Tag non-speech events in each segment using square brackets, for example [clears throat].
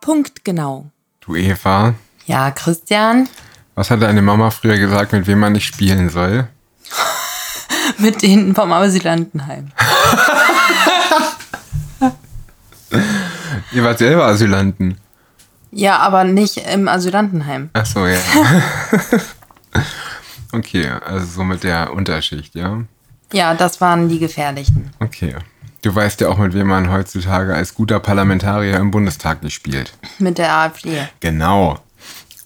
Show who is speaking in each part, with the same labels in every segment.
Speaker 1: Punktgenau.
Speaker 2: Du Eva,
Speaker 1: Ja, Christian,
Speaker 2: was hat deine Mama früher gesagt, mit wem man nicht spielen soll?
Speaker 1: [laughs] mit denen vom Asylantenheim.
Speaker 2: Ihr wart selber Asylanten.
Speaker 1: Ja, aber nicht im Asylantenheim.
Speaker 2: Ach so, ja. okay, also so mit der Unterschicht, ja?
Speaker 1: Ja, das waren die Gefährlichen.
Speaker 2: Okay. Du weißt ja auch, mit wem man heutzutage als guter Parlamentarier im Bundestag nicht spielt.
Speaker 1: Mit der AfD.
Speaker 2: Genau.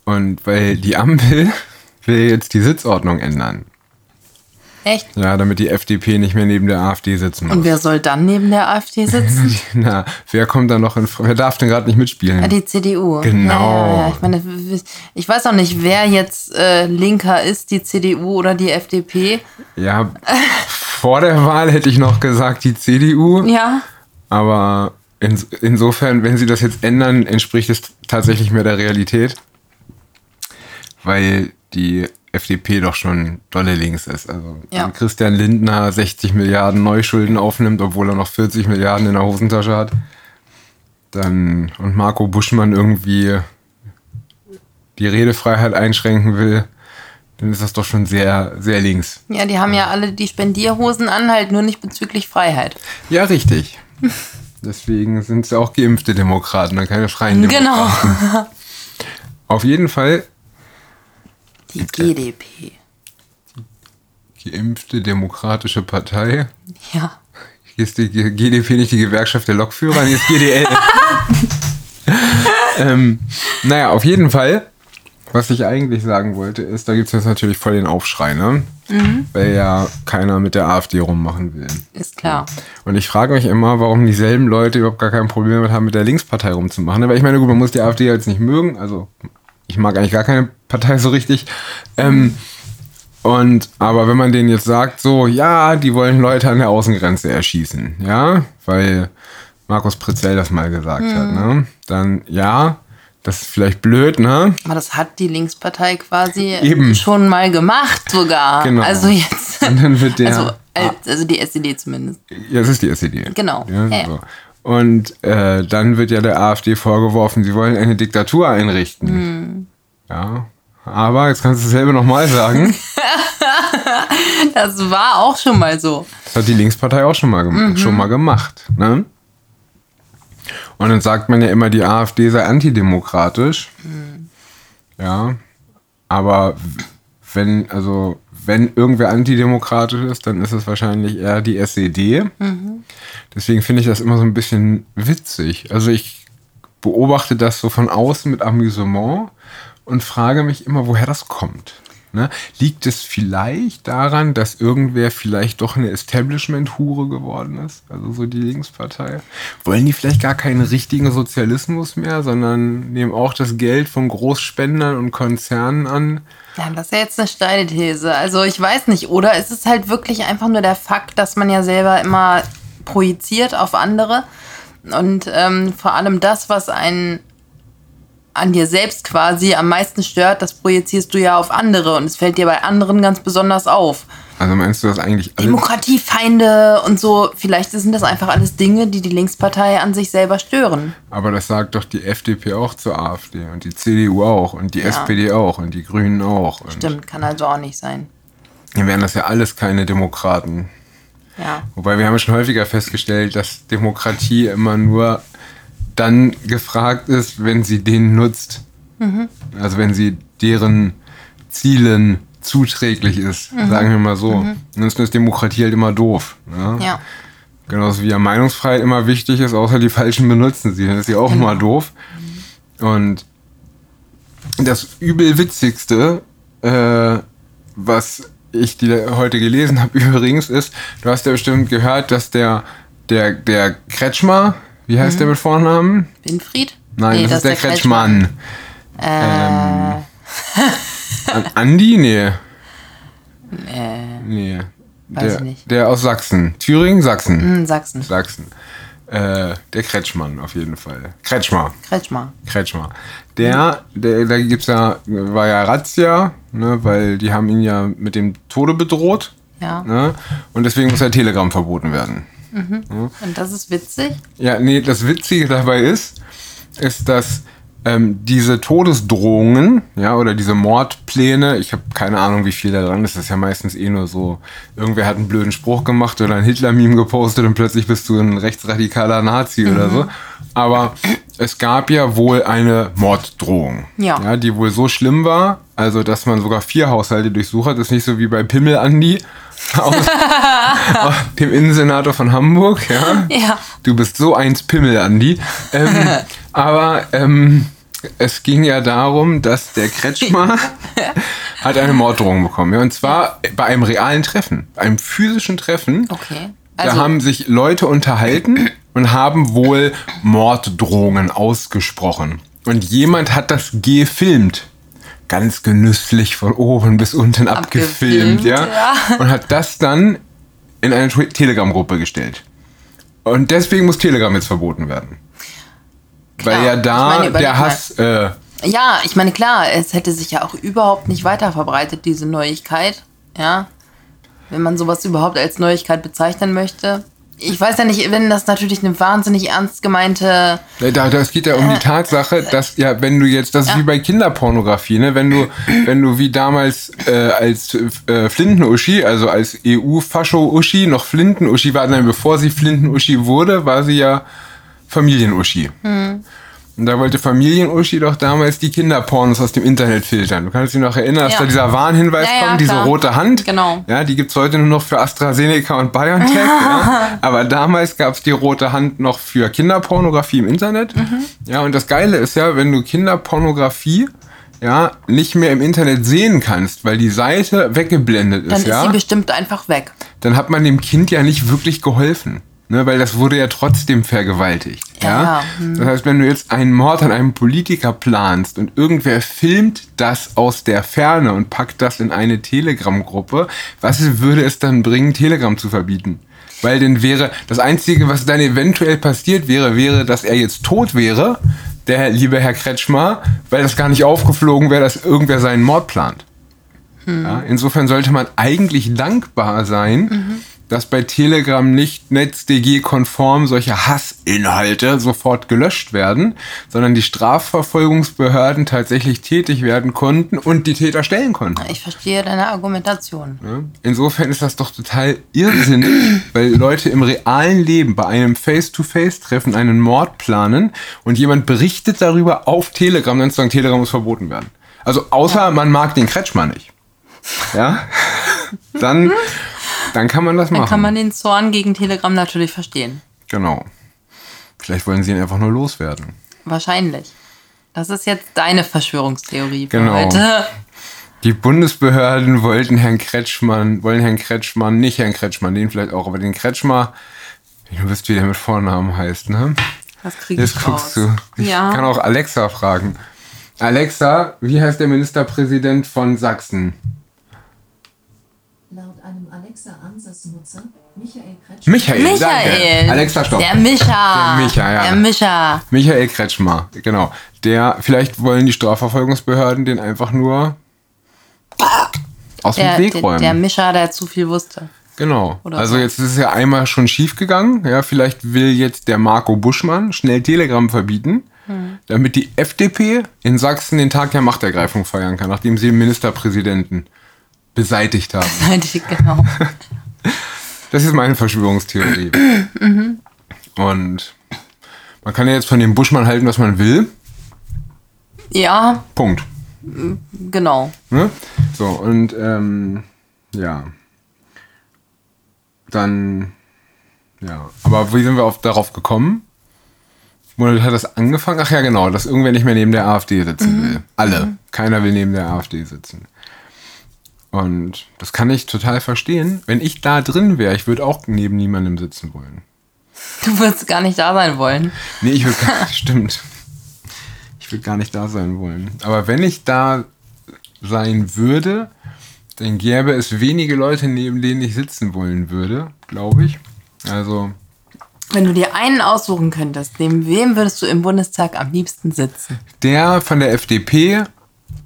Speaker 2: Und weil die Ampel will jetzt die Sitzordnung ändern.
Speaker 1: Echt?
Speaker 2: Ja, damit die FDP nicht mehr neben der AfD sitzen muss.
Speaker 1: Und wer soll dann neben der AfD sitzen?
Speaker 2: [laughs] Na, wer kommt da noch in Frage? Wer darf denn gerade nicht mitspielen?
Speaker 1: Ja, die CDU.
Speaker 2: Genau.
Speaker 1: Ja, ja, ja. Ich meine, w- w- ich weiß auch nicht, wer jetzt äh, linker ist, die CDU oder die FDP.
Speaker 2: Ja, vor der Wahl hätte ich noch gesagt, die CDU.
Speaker 1: Ja.
Speaker 2: Aber in, insofern, wenn sie das jetzt ändern, entspricht es tatsächlich mehr der Realität. Weil die FDP doch schon dolle links ist. Also
Speaker 1: Ja.
Speaker 2: wenn Christian Lindner 60 Milliarden Neuschulden aufnimmt, obwohl er noch 40 Milliarden in der Hosentasche hat. Dann und Marco Buschmann irgendwie die Redefreiheit einschränken will, dann ist das doch schon sehr, sehr links.
Speaker 1: Ja, die haben ja alle die Spendierhosen an, halt nur nicht bezüglich Freiheit.
Speaker 2: Ja, richtig. [laughs] Deswegen sind es ja auch geimpfte Demokraten und keine freien Demokraten.
Speaker 1: Genau.
Speaker 2: Auf jeden Fall
Speaker 1: Die GDP.
Speaker 2: geimpfte Demokratische Partei.
Speaker 1: Ja.
Speaker 2: Hier ist die G- GDP nicht die Gewerkschaft der Lokführer, hier ist GDL. ähm, naja, auf jeden Fall, was ich eigentlich sagen wollte, ist, da gibt es jetzt natürlich voll den Aufschrei, ne? Weil ja keiner mit der AfD rummachen will.
Speaker 1: Ist klar.
Speaker 2: Und ich frage mich immer, warum dieselben Leute überhaupt gar kein Problem damit haben, mit der Linkspartei rumzumachen. Weil ich meine, gut, man muss die AfD jetzt nicht mögen. Also ich mag eigentlich gar keine Partei so richtig. Ähm, und aber wenn man denen jetzt sagt, so, ja, die wollen Leute an der Außengrenze erschießen, ja, weil Markus Pritzell das mal gesagt hat, ne? Dann ja, das ist vielleicht blöd, ne?
Speaker 1: Aber das hat die Linkspartei quasi
Speaker 2: Eben.
Speaker 1: schon mal gemacht sogar.
Speaker 2: Genau.
Speaker 1: Also jetzt.
Speaker 2: [laughs] Und dann wird der-
Speaker 1: also, als- also die SED zumindest.
Speaker 2: Ja, es ist die SED.
Speaker 1: Genau.
Speaker 2: Ja,
Speaker 1: Ja, ja.
Speaker 2: so. Und äh, dann wird ja der AfD vorgeworfen, sie wollen eine Diktatur einrichten.
Speaker 1: Hm.
Speaker 2: Ja. Aber jetzt kannst du dasselbe
Speaker 1: [laughs]
Speaker 2: nochmal sagen.
Speaker 1: Das war auch schon mal so.
Speaker 2: Das hat die Linkspartei auch schon mal,
Speaker 1: Mhm.
Speaker 2: gem schon mal gemacht. Ne? Und dann sagt man ja immer, die AfD sei antidemokratisch.
Speaker 1: Hm.
Speaker 2: Ja. Aber w- wenn, also, wenn irgendwer antidemokratisch ist, dann ist es wahrscheinlich eher die E SED. Deswegen finde ich das immer so ein bisschen witzig. Also ich beobachte das so von außen mit Amüsement und frage mich immer, woher das kommt. Ne? Liegt es vielleicht daran, dass irgendwer vielleicht doch eine Establishment-Hure geworden ist? Also so die Linkspartei. Wollen die vielleicht gar keinen richtigen Sozialismus mehr, sondern nehmen auch das Geld von Großspendern und Konzernen an?
Speaker 1: Ja, das ist ja jetzt eine steile These. Also ich weiß nicht, oder es ist halt wirklich einfach nur der Fakt, dass man ja selber immer projiziert auf andere und ähm, vor allem das, was einen an dir selbst quasi am meisten stört, das projizierst du ja auf andere und es fällt dir bei anderen ganz besonders auf.
Speaker 2: Also meinst du das eigentlich alle?
Speaker 1: Demokratiefeinde und so, vielleicht sind das einfach alles Dinge, die die Linkspartei an sich selber stören.
Speaker 2: Aber das sagt doch die FDP auch zur AfD und die CDU auch und die SPD auch und die Grünen auch. Und
Speaker 1: Stimmt, kann also auch nicht sein.
Speaker 2: Dann wären das ja alles keine Demokraten.
Speaker 1: Ja.
Speaker 2: Wobei wir haben schon häufiger festgestellt, dass Demokratie immer nur dann gefragt ist, wenn sie den nutzt.
Speaker 1: Mhm.
Speaker 2: Also wenn sie deren Zielen zuträglich ist,
Speaker 1: Mhm.
Speaker 2: sagen wir mal so. Ansonsten ist Demokratie halt immer doof. Ne?
Speaker 1: Ja.
Speaker 2: Genauso wie ja Genau, Meinungsfreiheit immer wichtig ist, außer die Falschen benutzen sie. Das ist ja auch
Speaker 1: Genau.
Speaker 2: immer doof. Und das übelwitzigste, äh, was ich die heute gelesen habe [laughs] übrigens, ist, du hast ja bestimmt gehört, dass der, der, der Kretschmer, wie heißt der mit Vornamen?
Speaker 1: Winfried?
Speaker 2: Nein,
Speaker 1: Mhm. Nee,
Speaker 2: das, ist der,
Speaker 1: Kretschmann.
Speaker 2: Kretschmann.
Speaker 1: Äh. [laughs]
Speaker 2: Ähm, An- Andi? Nee. Nee.
Speaker 1: Äh, weiß
Speaker 2: der,
Speaker 1: ich nicht.
Speaker 2: der aus Sachsen. Thüringen, Sachsen.
Speaker 1: In Hm, Sachsen.
Speaker 2: Sachsen. Äh, der Kretschmann auf jeden Fall. Kretschmer.
Speaker 1: Kretschmer.
Speaker 2: Kretschmer. Der, der, da gibt's ja, war ja Razzia, ne, weil die haben ihn ja mit dem Tode bedroht.
Speaker 1: Ja.
Speaker 2: Ne, und deswegen muss ja Telegram verboten werden.
Speaker 1: Und das ist witzig. [laughs]
Speaker 2: Ja, nee, das Witzige dabei ist, ist, dass ähm, diese Todesdrohungen, ja, oder diese Mordpläne, ich habe keine Ahnung, wie viel da dran ist, das ist ja meistens eh nur so, irgendwer hat einen blöden Spruch gemacht oder ein Hitler-Meme gepostet und plötzlich bist du ein rechtsradikaler Nazi oder so. Aber es gab ja wohl eine Morddrohung,
Speaker 1: Ja.
Speaker 2: ja, die wohl so schlimm war, also dass man sogar vier Haushalte durchsucht hat, das ist nicht so wie bei Pimmel Andi aus, [laughs] aus dem Innensenator von Hamburg, ja.
Speaker 1: Ja.
Speaker 2: Du bist so eins Pimmel, Andi.
Speaker 1: [laughs]
Speaker 2: Ähm, aber ähm, es ging ja darum, dass
Speaker 1: [laughs]
Speaker 2: der Kretschmer hat eine Morddrohung bekommen. Ja, und zwar bei einem realen Treffen, bei einem physischen Treffen.
Speaker 1: Okay.
Speaker 2: da
Speaker 1: Also-
Speaker 2: haben sich Leute unterhalten und haben wohl Morddrohungen ausgesprochen. Und jemand hat das gefilmt. Ganz genüsslich von oben bis unten abgefilmt,
Speaker 1: Abgefilmt,
Speaker 2: ja?
Speaker 1: ja.
Speaker 2: Und hat das dann in eine Twe- Telegram-Gruppe gestellt. Und deswegen muss Telegram jetzt verboten werden. Weil
Speaker 1: Klar.
Speaker 2: ja da
Speaker 1: Ich meine, überleg
Speaker 2: der
Speaker 1: mal.
Speaker 2: Hass. Äh,
Speaker 1: Ja, ich meine, klar, es hätte sich ja auch überhaupt nicht weiter verbreitet, diese Neuigkeit. Ja. Wenn man sowas überhaupt als Neuigkeit bezeichnen möchte. Ich weiß ja nicht, wenn das natürlich eine wahnsinnig ernst gemeinte.
Speaker 2: Da, da, es geht ja um die Tatsache, dass ja, wenn du jetzt, das ist
Speaker 1: Äh. Ja.
Speaker 2: wie bei Kinderpornografie, ne? Wenn du, wenn du wie damals äh, als äh, Flinten-Uschi, also als EU-Fascho-Uschi, noch Flinten-Uschi war, nein, bevor sie Flinten-Uschi wurde, war sie ja Familien-Uschi.
Speaker 1: Hm.
Speaker 2: Und da wollte Familien-Uschi doch damals die Kinderpornos aus dem Internet filtern. Du kannst dich noch erinnern, dass
Speaker 1: Ja.
Speaker 2: da dieser Warnhinweis
Speaker 1: Ja, ja,
Speaker 2: kommt, diese
Speaker 1: klar.
Speaker 2: rote Hand.
Speaker 1: Genau.
Speaker 2: Ja, die gibt's heute nur noch für AstraZeneca
Speaker 1: [laughs]
Speaker 2: und BioNTech. ja. Aber damals gab's die rote Hand noch für Kinderpornografie im Internet.
Speaker 1: Mhm.
Speaker 2: Ja, und das Geile ist ja, wenn du Kinderpornografie ja, nicht mehr im Internet sehen kannst, weil die Seite weggeblendet
Speaker 1: Dann
Speaker 2: ist, ja,
Speaker 1: ist sie bestimmt einfach weg.
Speaker 2: dann hat man dem Kind ja nicht wirklich geholfen. Ne, weil das wurde ja trotzdem vergewaltigt. Ja?
Speaker 1: Ja,
Speaker 2: Das heißt, wenn du jetzt einen Mord an einem Politiker planst und irgendwer filmt das aus der Ferne und packt das in eine Telegram-Gruppe, was würde es dann bringen, Telegram zu verbieten? Weil dann wäre das Einzige, was dann eventuell passiert wäre, wäre, dass er jetzt tot wäre, der liebe Herr Kretschmer, weil das gar nicht aufgeflogen wäre, dass irgendwer seinen Mord plant. Ja, insofern sollte man eigentlich dankbar sein, dass bei Telegram nicht NetzDG-konform solche Hassinhalte sofort gelöscht werden, sondern die Strafverfolgungsbehörden tatsächlich tätig werden konnten und die Täter stellen konnten.
Speaker 1: Ich verstehe deine Argumentation.
Speaker 2: Ja, Ne? Insofern ist das doch total irrsinnig, [clears throat] weil Leute im realen Leben bei einem Face-to-Face-Treffen einen Mord planen und jemand berichtet darüber auf Telegram, dann zu sagen, Telegram muss verboten werden. Also außer man mag den Kretschmer nicht.
Speaker 1: [laughs]
Speaker 2: Ja? Dann, dann kann man das
Speaker 1: Dann
Speaker 2: machen.
Speaker 1: kann man den Zorn gegen Telegram natürlich verstehen.
Speaker 2: genau. Vielleicht wollen sie ihn einfach nur loswerden.
Speaker 1: Wahrscheinlich. Das ist jetzt deine Verschwörungstheorie für
Speaker 2: Genau.
Speaker 1: heute.
Speaker 2: Die Bundesbehörden wollten Herrn Kretschmann, wollen Herrn Kretschmann, nicht Herrn Kretschmann, den vielleicht auch, aber den Kretschmer, du wisst, wie der mit Vornamen heißt, ne?
Speaker 1: Das kriege ich
Speaker 2: Jetzt
Speaker 1: raus.
Speaker 2: guckst du. Ich
Speaker 1: Ja.
Speaker 2: kann auch Alexa fragen. Alexa, wie heißt der Ministerpräsident von Sachsen?
Speaker 3: Laut einem Alexa-Ansatznutzer Michael Kretschmer
Speaker 2: Michael.
Speaker 1: Michael.
Speaker 2: Danke. Alexa, stopp.
Speaker 1: Der Micha.
Speaker 2: Der Micha, ja.
Speaker 1: Der Micha.
Speaker 2: Michael Kretschmer, genau. Der, vielleicht wollen die Strafverfolgungsbehörden den einfach nur aus
Speaker 1: Ah. Der,
Speaker 2: dem Weg
Speaker 1: der,
Speaker 2: räumen.
Speaker 1: der Micha, der zu viel wusste. [laughs]
Speaker 2: Genau.
Speaker 1: Oder
Speaker 2: also
Speaker 1: so.
Speaker 2: jetzt ist es ja einmal schon schief gegangen. Ja, vielleicht will jetzt der Marco Buschmann schnell Telegram verbieten,
Speaker 1: Hm.
Speaker 2: damit die FDP in Sachsen den Tag der Machtergreifung feiern kann, nachdem sie den Ministerpräsidenten beseitigt haben.
Speaker 1: genau.
Speaker 2: Das ist meine
Speaker 1: [clears throat]
Speaker 2: Verschwörungstheorie.
Speaker 1: Mhm.
Speaker 2: Und man kann ja jetzt von dem Buschmann halten, was man will.
Speaker 1: Ja,
Speaker 2: Punkt.
Speaker 1: genau.
Speaker 2: Ne? So, und ähm, ja. Dann, ja. Aber wie sind wir auf, darauf gekommen? Womit hat das angefangen? Ach ja, genau, dass irgendwer nicht mehr neben der AfD sitzen will. Alle. Keiner will neben der AfD sitzen. Und das kann ich total verstehen. Wenn ich da drin wäre, ich würde auch neben niemandem sitzen wollen.
Speaker 1: Du würdest gar nicht da sein wollen.
Speaker 2: Nee, ich will gar nicht, [laughs] stimmt. Ich will gar nicht da sein wollen. Aber wenn ich da sein würde, dann gäbe es wenige Leute, neben denen ich sitzen wollen würde, glaube ich. Also,
Speaker 1: Wenn du dir einen aussuchen könntest, neben wem würdest du im Bundestag am liebsten sitzen?
Speaker 2: der von der FDP,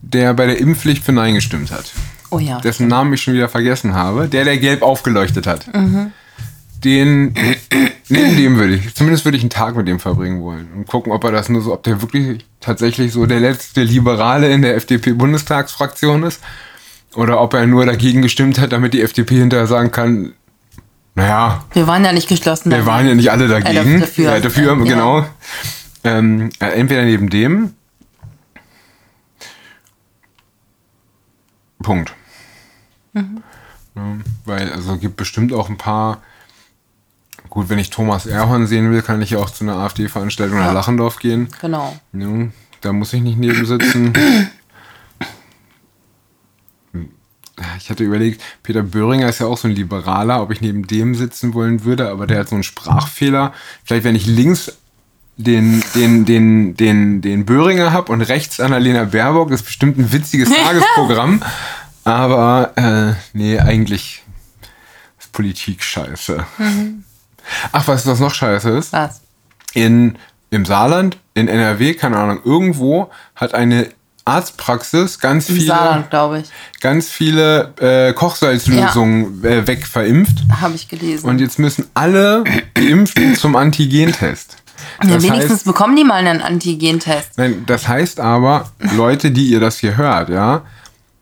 Speaker 2: der bei der Impfpflicht für Nein gestimmt hat,
Speaker 1: Oh ja.
Speaker 2: dessen Namen ich schon wieder vergessen habe, der, der gelb aufgeleuchtet hat. den, [coughs] neben dem würde ich, zumindest würde ich einen Tag mit dem verbringen wollen und gucken, ob er das nur so, ob der wirklich tatsächlich so der letzte Liberale in der FDP-Bundestagsfraktion ist oder ob er nur dagegen gestimmt hat, damit die FDP hinterher sagen kann, naja,
Speaker 1: Wir waren ja nicht geschlossen.
Speaker 2: wir waren ja nicht alle dagegen.
Speaker 1: Äh, dafür.
Speaker 2: Ja, dafür,
Speaker 1: Ja.
Speaker 2: genau. Ähm, äh, entweder neben dem. Punkt.
Speaker 1: Mhm.
Speaker 2: Ja, weil, also gibt bestimmt auch ein paar. Gut, wenn ich Thomas Erhorn sehen will, kann ich ja auch zu einer AfD-Veranstaltung nach
Speaker 1: Ja.
Speaker 2: Lachendorf gehen.
Speaker 1: Genau.
Speaker 2: Ja, da muss ich nicht neben sitzen. Ich hatte überlegt, Peter Böhringer ist ja auch so ein Liberaler, ob ich neben dem sitzen wollen würde, aber der hat so einen Sprachfehler. Vielleicht, wenn ich links den, den, den, den, den Böhringer habe und rechts Annalena Baerbock, ist bestimmt ein witziges Tagesprogramm. aber äh, nee, eigentlich ist Politik scheiße. Ach, weißt du, was noch scheiße ist?
Speaker 1: Was?
Speaker 2: in, im Saarland, in NRW, keine Ahnung, irgendwo hat eine Arztpraxis ganz
Speaker 1: Im
Speaker 2: viele,
Speaker 1: Saarland, glaube ich.
Speaker 2: ganz viele äh, Kochsalzlösungen äh, wegverimpft.
Speaker 1: Habe ich gelesen.
Speaker 2: Und jetzt müssen alle Geimpften zum Antigentest.
Speaker 1: ja,
Speaker 2: Das
Speaker 1: wenigstens
Speaker 2: heißt,
Speaker 1: bekommen die mal einen Antigentest.
Speaker 2: nein, das heißt aber, Leute, die ihr das hier hört, ja,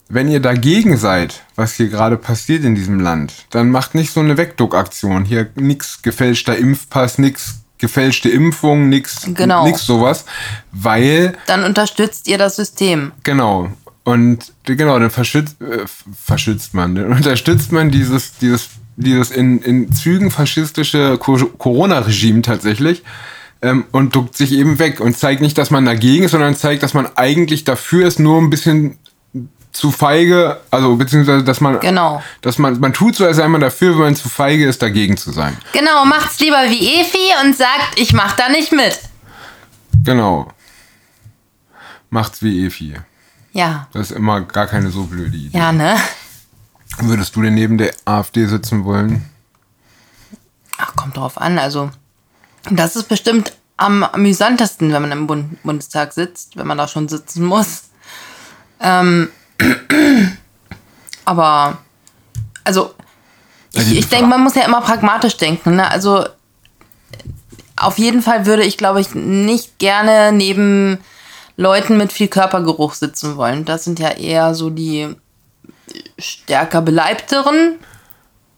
Speaker 2: wenn ihr dagegen seid, was hier gerade passiert in diesem Land, dann macht nicht so eine Wegduckaktion. Hier nix gefälschter Impfpass, nix gefälschte Impfung, nix,
Speaker 1: Genau.
Speaker 2: nix sowas, weil
Speaker 1: Dann unterstützt ihr das System.
Speaker 2: Genau. Und d- genau, dann verschützt, äh, f- verschützt man, dann [laughs] unterstützt man dieses, dieses, dieses in, in Zügen faschistische Co- Corona-Regime tatsächlich ähm, und duckt sich eben weg und zeigt nicht, dass man dagegen ist, sondern zeigt, dass man eigentlich dafür ist, nur ein bisschen zu feige, also beziehungsweise, dass man,
Speaker 1: Genau.
Speaker 2: dass man, man tut so, als sei man dafür, wenn man zu feige ist, dagegen zu sein.
Speaker 1: Genau, macht's lieber wie Efi und sagt, ich mach da nicht mit.
Speaker 2: Genau. Macht's wie Efi.
Speaker 1: Ja.
Speaker 2: Das ist immer gar keine so blöde Idee.
Speaker 1: Ja, ne?
Speaker 2: Würdest du denn neben der AfD sitzen wollen?
Speaker 1: Ach, kommt drauf an. Also, das ist bestimmt am amüsantesten, wenn man im Bund Bundestag sitzt, wenn man da schon sitzen muss. Ähm, [clears throat] aber, also, ich, ich denke, man muss ja immer pragmatisch denken. Ne? Also, auf jeden Fall würde ich, glaube ich, nicht gerne neben Leuten mit viel Körpergeruch sitzen wollen. Das sind ja eher so die stärker beleibteren,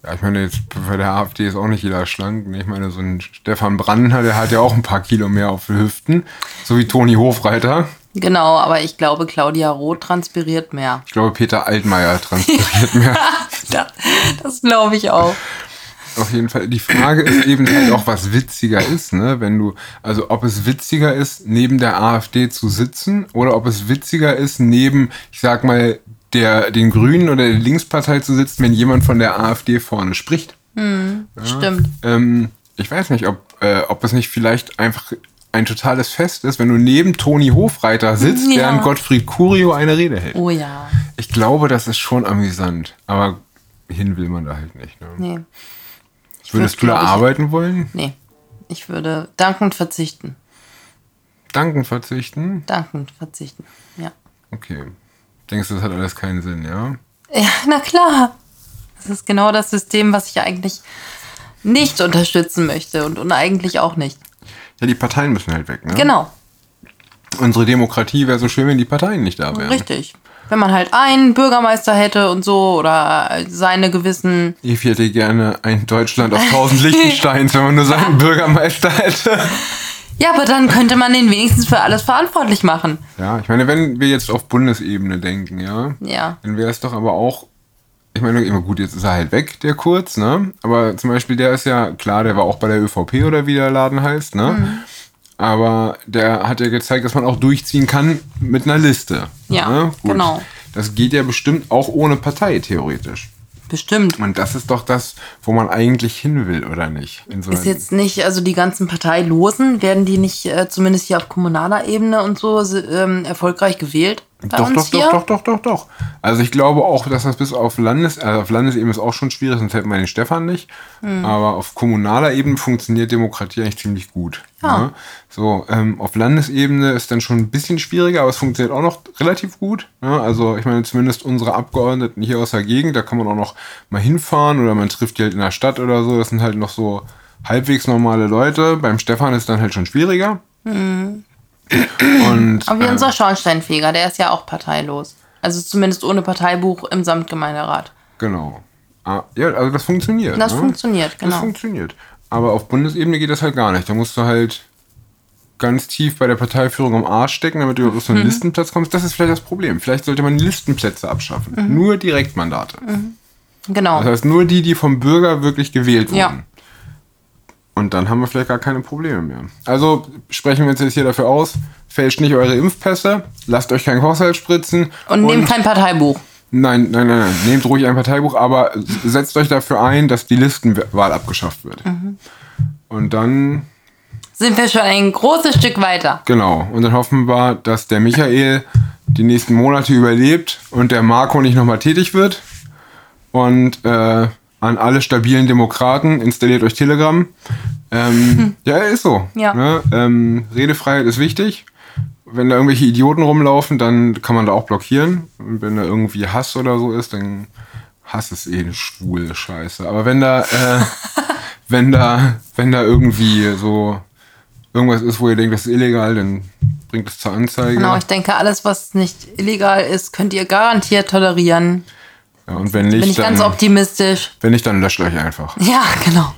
Speaker 2: Ja, ich meine, jetzt bei der AfD ist auch nicht jeder schlank. ne? Ich meine, so ein Stefan Brandner, der hat ja auch ein paar Kilo mehr auf den Hüften. So wie Toni Hofreiter.
Speaker 1: Genau, aber ich glaube, Claudia Roth transpiriert mehr.
Speaker 2: Ich glaube, Peter Altmaier transportiert mehr.
Speaker 1: [laughs] Da- Das glaube ich auch.
Speaker 2: Auf jeden Fall. Die Frage ist eben halt auch, was witziger ist, ne? Wenn du, also ob es witziger ist, neben der AfD zu sitzen oder ob es witziger ist, neben, ich sag mal, der, den Grünen oder der Linkspartei zu sitzen, wenn jemand von der AfD vorne spricht.
Speaker 1: Stimmt.
Speaker 2: Ähm, ich weiß nicht, ob, äh, ob es nicht vielleicht einfach ein totales Fest ist, wenn du neben Toni Hofreiter sitzt,
Speaker 1: Ja.
Speaker 2: während Gottfried Curio eine Rede hält.
Speaker 1: Oh ja.
Speaker 2: Ich glaube, das ist schon amüsant, aber hin will man da halt nicht. Ne?
Speaker 1: Nee. Ich
Speaker 2: Würdest du
Speaker 1: würd,
Speaker 2: da
Speaker 1: glaub ich-
Speaker 2: arbeiten wollen?
Speaker 1: Nee. Ich würde dankend verzichten.
Speaker 2: Danken verzichten?
Speaker 1: Dankend verzichten. Ja.
Speaker 2: Okay. Denkst du, das hat alles keinen Sinn, ja?
Speaker 1: Ja, na klar. Das ist genau das System, was ich eigentlich nicht unterstützen möchte und, und eigentlich auch nicht.
Speaker 2: Ja, die Parteien müssen halt weg, ne?
Speaker 1: Genau.
Speaker 2: Unsere Demokratie wäre so schön, wenn die Parteien nicht da wären.
Speaker 1: Richtig. Wenn man halt einen Bürgermeister hätte und so oder seine gewissen.
Speaker 2: Ich hätte gerne ein Deutschland
Speaker 1: [laughs]
Speaker 2: auf tausend Lichtensteins, wenn man nur seinen Bürgermeister hätte.
Speaker 1: Ja, aber dann könnte man den wenigstens für alles verantwortlich machen.
Speaker 2: Ja, ich meine, wenn wir jetzt auf Bundesebene denken, ja,
Speaker 1: Ja.
Speaker 2: dann wäre es doch aber auch, ich meine, immer gut, jetzt ist er halt weg, der Kurz, ne? Aber zum Beispiel, der ist ja, klar, der war auch bei der ÖVP oder wie der Laden heißt, ne?
Speaker 1: Mhm.
Speaker 2: Aber der hat ja gezeigt, dass man auch durchziehen kann mit einer Liste. ne?
Speaker 1: Ja, genau.
Speaker 2: Das geht ja bestimmt auch ohne Partei, theoretisch.
Speaker 1: Bestimmt.
Speaker 2: Und das ist doch das, wo man eigentlich hin will, oder nicht? In so
Speaker 1: Ist
Speaker 2: einer-
Speaker 1: jetzt nicht, also die ganzen Parteilosen, werden die nicht äh, zumindest hier auf kommunaler Ebene und so se- ähm, erfolgreich gewählt? bei
Speaker 2: doch,
Speaker 1: uns
Speaker 2: doch,
Speaker 1: hier.
Speaker 2: doch, doch, doch, doch, doch. Also ich glaube auch, dass das bis auf Landes, also auf Landesebene ist auch schon schwierig, sonst hätten wir den Stefan nicht.
Speaker 1: Hm.
Speaker 2: Aber auf kommunaler Ebene funktioniert Demokratie eigentlich ziemlich gut.
Speaker 1: Ja.
Speaker 2: Ne? So, ähm, auf Landesebene ist dann schon ein bisschen schwieriger, aber es funktioniert auch noch relativ gut. Ne? Also ich meine, zumindest unsere Abgeordneten hier aus der Gegend, da kann man auch noch mal hinfahren oder man trifft die halt in der Stadt oder so. Das sind halt noch so halbwegs normale Leute. Beim Stefan ist dann halt schon schwieriger. Und,
Speaker 1: Hm. Aber wie
Speaker 2: ähm,
Speaker 1: unser Schornsteinfeger, der ist ja auch parteilos. Also zumindest ohne Parteibuch im Samtgemeinderat.
Speaker 2: Genau. Ah, ja, also das funktioniert.
Speaker 1: Das
Speaker 2: ne?
Speaker 1: funktioniert, genau.
Speaker 2: Das funktioniert. Aber auf Bundesebene geht das halt gar nicht. Da musst du halt ganz tief bei der Parteiführung am Arsch stecken, damit du auf so einen
Speaker 1: Mhm.
Speaker 2: Listenplatz kommst. Das ist vielleicht das Problem. Vielleicht sollte man Listenplätze abschaffen.
Speaker 1: Mhm.
Speaker 2: Nur Direktmandate.
Speaker 1: Genau.
Speaker 2: Das heißt, nur die, die vom Bürger wirklich gewählt wurden.
Speaker 1: Ja.
Speaker 2: Und dann haben wir vielleicht gar keine Probleme mehr. Also sprechen wir uns jetzt hier dafür aus, fälscht nicht eure Impfpässe, lasst euch keinen Haushalt spritzen
Speaker 1: und nehmt kein Parteibuch.
Speaker 2: Nein, nein, nein, nein. Nehmt ruhig ein Parteibuch, aber setzt euch dafür ein, dass die Listenwahl abgeschafft wird. Und dann,
Speaker 1: Sind wir schon ein großes Stück weiter.
Speaker 2: genau, und dann hoffen wir, dass der Michael die nächsten Monate überlebt und der Marco nicht nochmal tätig wird. Und äh, an alle stabilen Demokraten, installiert euch Telegram. Ähm, Ja, ist so.
Speaker 1: Ja.
Speaker 2: Ne? Ähm, Redefreiheit ist wichtig. Wenn da irgendwelche Idioten rumlaufen, dann kann man da auch blockieren. Und wenn da irgendwie Hass oder so ist, dann Hass ist eh eine schwule Scheiße. Aber wenn da, äh, wenn da, wenn da irgendwie so irgendwas ist, wo ihr denkt, das ist illegal, dann bringt es zur Anzeige.
Speaker 1: Genau, ich denke, alles, was nicht illegal ist, könnt ihr garantiert tolerieren.
Speaker 2: ja, und wenn
Speaker 1: Bin ich
Speaker 2: nicht,
Speaker 1: ganz
Speaker 2: dann,
Speaker 1: optimistisch.
Speaker 2: wenn nicht, dann löscht euch einfach.
Speaker 1: Ja, genau.